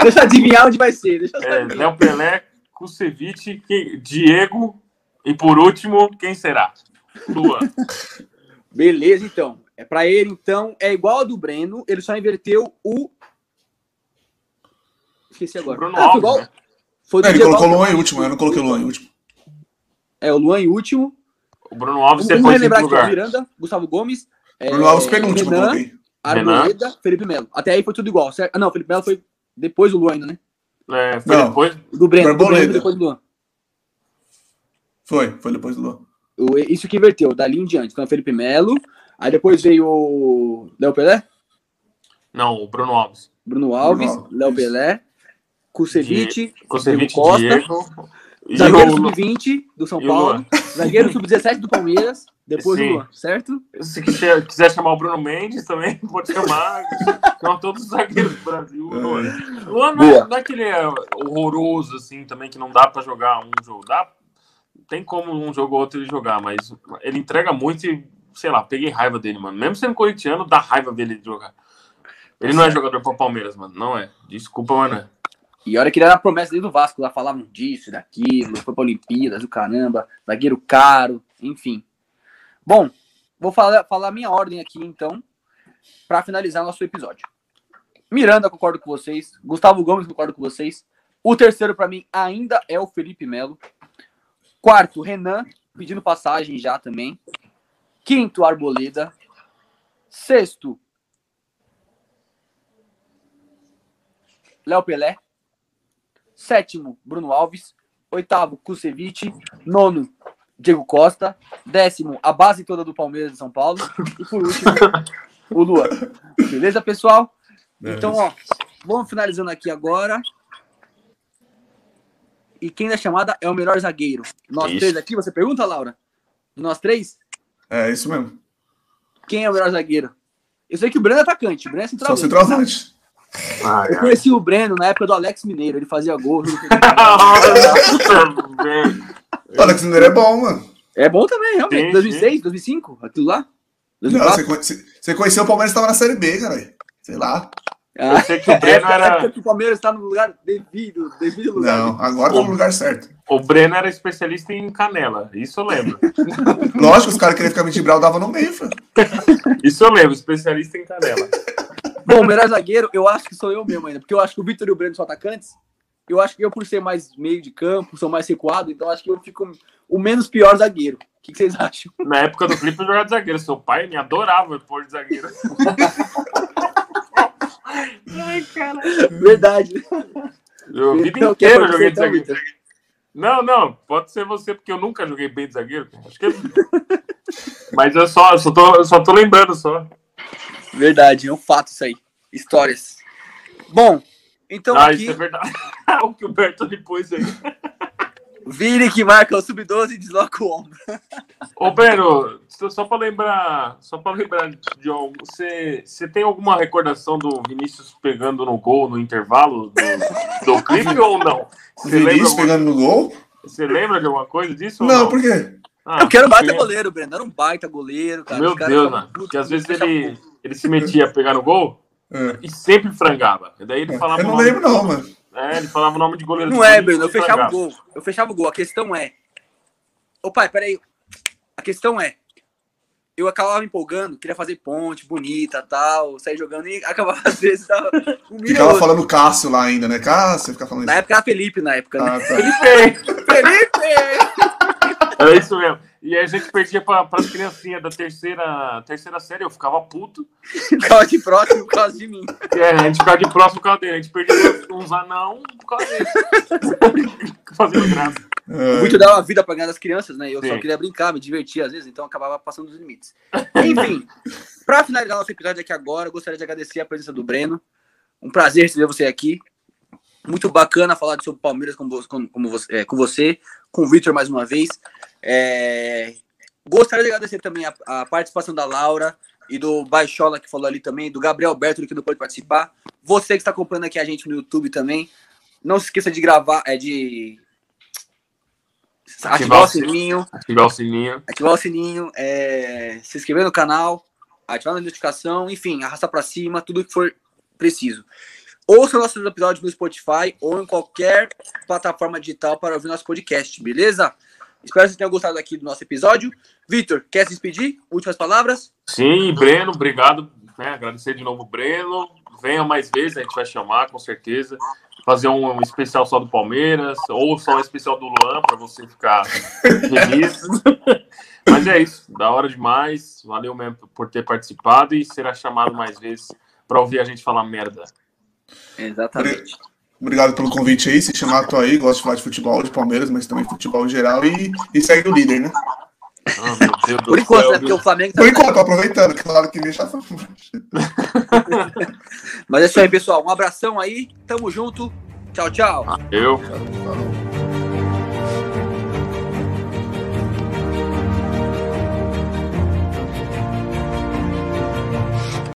Speaker 1: Deixa eu adivinhar onde vai ser. Deixa eu
Speaker 2: é,
Speaker 1: saber.
Speaker 2: Léo Pelé. Kusevich. que- Diego. E por último, quem será? Luan.
Speaker 1: Beleza, então. É pra ele, então, é igual a do Breno, ele só inverteu o. Esqueci agora. Ah,
Speaker 2: Bruno
Speaker 1: foi
Speaker 2: Alves,
Speaker 1: igual-
Speaker 2: né?
Speaker 1: Foi do
Speaker 3: Não, É, ele
Speaker 1: Diego
Speaker 3: colocou o Luan
Speaker 1: Alves.
Speaker 3: em último, né? eu não coloquei o Luan em último.
Speaker 1: É, o Luan em último.
Speaker 2: O Bruno Alves
Speaker 1: Vamos,
Speaker 2: depois
Speaker 1: vamos
Speaker 2: em
Speaker 1: relembrar tá
Speaker 2: quinto
Speaker 1: aqui, ó,
Speaker 2: lugar.
Speaker 1: Miranda, Gustavo Gomes. é,
Speaker 3: Bruno Alves penúltimo, eu
Speaker 1: Renan,
Speaker 3: coloquei.
Speaker 1: Arboleda, Felipe Melo. Até aí foi tudo igual, certo? Ah, não, Felipe Melo foi depois do Luan ainda, né?
Speaker 2: É, foi
Speaker 3: Não.
Speaker 2: depois.
Speaker 1: Do Breno. Do
Speaker 3: Foi
Speaker 1: Breno
Speaker 3: Arboleda.
Speaker 1: depois do Luan.
Speaker 3: Foi, foi depois do Luan.
Speaker 1: O- Isso que inverteu, dali em diante. Então, Felipe Melo. Aí depois veio o Léo Pelé,
Speaker 2: Não, o Bruno Alves.
Speaker 1: Bruno Alves,
Speaker 3: Bruno Alves.
Speaker 1: Léo Pelé, Kusevich,
Speaker 2: Kusevich,
Speaker 1: Diego Costa,
Speaker 2: Diego. E
Speaker 1: zagueiro
Speaker 2: o-
Speaker 1: sub-20 do São
Speaker 2: e o
Speaker 1: Paulo,
Speaker 2: Luan.
Speaker 1: zagueiro sub-17 do Palmeiras, depois
Speaker 2: Sim.
Speaker 1: do Luan, certo?
Speaker 2: Se quiser, quiser chamar o Bruno Mendes também, pode chamar. Chama todos os zagueiros do Brasil.
Speaker 3: É.
Speaker 2: Luan. Luan não,
Speaker 1: Boa.
Speaker 2: é, não é que ele é horroroso, assim, também, que não dá pra jogar um jogo. Dá, tem como um jogo ou outro ele jogar, mas ele entrega muito e, sei lá, peguei raiva dele, mano. Mesmo sendo corintiano, dá raiva dele de jogar. Ele não é jogador pra Palmeiras, mano. Não é. Desculpa, mano.
Speaker 1: E olha que ele era a promessa dele do Vasco, lá falavam disso, daquilo, foi pra Olimpíadas, o caramba, zagueiro caro, enfim. Bom, vou falar, falar a minha ordem aqui então, pra finalizar nosso episódio. Miranda, concordo com vocês. Gustavo Gomes, concordo com vocês. O terceiro pra mim ainda é o Felipe Melo. Quarto, Renan, pedindo passagem já também. Quinto, Arboleda. Sexto, Léo Pelé. Sétimo, Bruno Alves. Oitavo, Kusevich. Nono, Diego Costa. Décimo, a base toda do Palmeiras de São Paulo. E por último, o Luan. Beleza, pessoal? Então, ó, vamos finalizando aqui agora. E quem da chamada é o melhor zagueiro? Nós
Speaker 2: Isso.
Speaker 1: três aqui, você pergunta, Laura? De nós três,
Speaker 3: É isso mesmo.
Speaker 1: quem é o melhor zagueiro? Eu sei que o Breno é atacante, o Breno é
Speaker 3: Só
Speaker 1: central.
Speaker 3: centroavante. né?
Speaker 1: Eu conheci o Breno na época do Alex Mineiro, ele fazia gol. juro que-
Speaker 2: Puta, velho.
Speaker 3: O Alex Mineiro é bom, mano.
Speaker 1: É bom também, realmente.
Speaker 2: Sim,
Speaker 1: 2006, 2005, aquilo lá.
Speaker 3: Não,
Speaker 1: 2004.
Speaker 3: você, conhece- você conheceu o Palmeiras estava na Série B, cara. Sei lá.
Speaker 2: Eu sei que o Breno
Speaker 1: Essa época
Speaker 2: era,
Speaker 1: que Ah. É, o Palmeiras está no lugar devido, devido lugar.
Speaker 3: Não, agora tá no lugar certo.
Speaker 2: o Breno era especialista em canela. Isso eu lembro.
Speaker 3: Lógico, os caras queriam ficar vitibral, dava no meio, filho.
Speaker 2: Isso eu lembro, especialista em canela.
Speaker 1: Bom, o melhor zagueiro, eu acho que sou eu mesmo ainda, porque eu acho que o Vitor e o Breno são atacantes. Eu acho que eu, por ser mais meio de campo, sou mais recuado, então acho que eu fico o menos pior zagueiro. O que, que vocês acham?
Speaker 2: Na época do clipe eu jogava de zagueiro. Seu pai me adorava pôr de zagueiro.
Speaker 1: Verdade. né?
Speaker 2: Eu a vida
Speaker 1: Então, quem
Speaker 2: inteira eu
Speaker 1: pode
Speaker 2: joguei de
Speaker 1: ser, então,
Speaker 2: zagueiro.
Speaker 1: Vitor?
Speaker 2: Não, não, pode ser você, porque eu nunca joguei bem de zagueiro. cara. Acho que Mas eu só, eu só, tô, eu só tô lembrando só.
Speaker 1: Verdade, é um fato isso aí. Histórias. Bom, então
Speaker 2: ah,
Speaker 1: aqui,
Speaker 2: isso é verdade. o que o Berto depois aí.
Speaker 1: Vini que marca o sub-12 e desloca o ombro.
Speaker 2: Ô, Breno, só, só pra lembrar, só pra lembrar, John, você, você tem alguma recordação do Vinícius pegando no gol no intervalo do, do clipe ou não? Você lembra,
Speaker 3: Vinícius
Speaker 2: alguma-
Speaker 3: pegando no gol?
Speaker 2: você lembra de alguma coisa disso? ou
Speaker 3: Não, por quê?
Speaker 2: Ah,
Speaker 1: Eu quero bater
Speaker 2: porque-
Speaker 1: goleiro, Breno. Era um baita goleiro, cara.
Speaker 2: Meu
Speaker 1: Os caras
Speaker 2: Deus,
Speaker 1: estavam
Speaker 2: mano.
Speaker 1: putos
Speaker 2: Porque às vezes
Speaker 1: comigo,
Speaker 2: ele, ele se metia a pegar no gol
Speaker 3: É.
Speaker 2: e sempre frangava. E daí
Speaker 1: É,
Speaker 2: ele falava
Speaker 3: Eu
Speaker 2: o
Speaker 3: não
Speaker 2: nome-
Speaker 3: lembro, não, mano.
Speaker 2: É, ele falava o nome de goleiro.
Speaker 1: Não
Speaker 2: do
Speaker 1: é,
Speaker 2: Corinthians
Speaker 1: Bruno. Eu
Speaker 2: e
Speaker 1: fechava o
Speaker 2: frangava.
Speaker 1: gol. Eu fechava o gol. A questão é. Ô pai, peraí. A questão é. Eu acabava me empolgando, queria fazer ponte bonita tal, sair jogando e acabava às vezes. Tava um milhão.
Speaker 3: Ficava falando Cássio lá ainda, né? Cássio, fica falando
Speaker 1: Na
Speaker 3: isso.
Speaker 1: época era Felipe, na época, né?
Speaker 3: Ah, tá.
Speaker 2: Felipe!
Speaker 1: Felipe!
Speaker 2: Era é isso mesmo. E aí a gente perdia pra, pras criancinhas da terceira, terceira série, eu ficava puto.
Speaker 1: Ficava de próximo por causa de mim.
Speaker 2: E aí a gente ficava de próximo por causa dele. A gente perdia uns anão por causa dele. Fazendo graça.
Speaker 3: É.
Speaker 1: Muito dava vida pra ganhar das crianças, né? Eu só
Speaker 2: Sim.
Speaker 1: queria brincar, me divertir às vezes, então acabava passando dos limites. Enfim, pra finalizar nosso episódio aqui agora, eu gostaria de agradecer a presença do Breno. Um prazer receber você aqui. Muito bacana falar sobre o Palmeiras com, vo- com, como você, é, com você, com o Victor mais uma vez. É, Gostaria de agradecer também a, a participação da Laura e do Baixola que falou ali também, do Gabriel Berto que não pôde participar. Você que está acompanhando aqui a gente no YouTube também. Não se esqueça de gravar, é de ativar,
Speaker 2: Ativar
Speaker 1: o
Speaker 2: o sino.
Speaker 1: sininho,
Speaker 2: Ativar o sininho.
Speaker 1: ativar o sininho, é, se inscrever no canal, ativar a notificação, enfim, arrastar para cima, tudo que for preciso. Ouça nossos episódios no Spotify ou em qualquer plataforma digital para ouvir nosso podcast, beleza? Espero que vocês tenham gostado aqui do nosso episódio. Vitor, quer se despedir? Últimas palavras?
Speaker 2: Sim, Breno, obrigado. né? Agradecer de novo, Breno. Venha mais vezes, a gente vai chamar, com certeza. Fazer um, um especial só do Palmeiras, ou só um especial do Luan, para você ficar feliz. Mas é isso, da hora demais. Valeu mesmo por ter participado e será chamado mais vezes para ouvir a gente falar merda.
Speaker 1: Exatamente.
Speaker 3: Obrigado pelo convite aí. Se chamar, tô aí. Gosto de falar de futebol, de Palmeiras, mas também futebol em geral. E, e segue o líder, né?
Speaker 2: Ah, meu Deus do
Speaker 1: Por enquanto,
Speaker 2: céu,
Speaker 1: né? Porque
Speaker 2: viu?
Speaker 1: o Flamengo tá.
Speaker 3: Por enquanto, tô aproveitando. Claro que me chapa.
Speaker 1: tá- Mas é isso aí, pessoal. Um abração aí. Tamo junto. Tchau, tchau.
Speaker 2: Eu.
Speaker 3: Falou.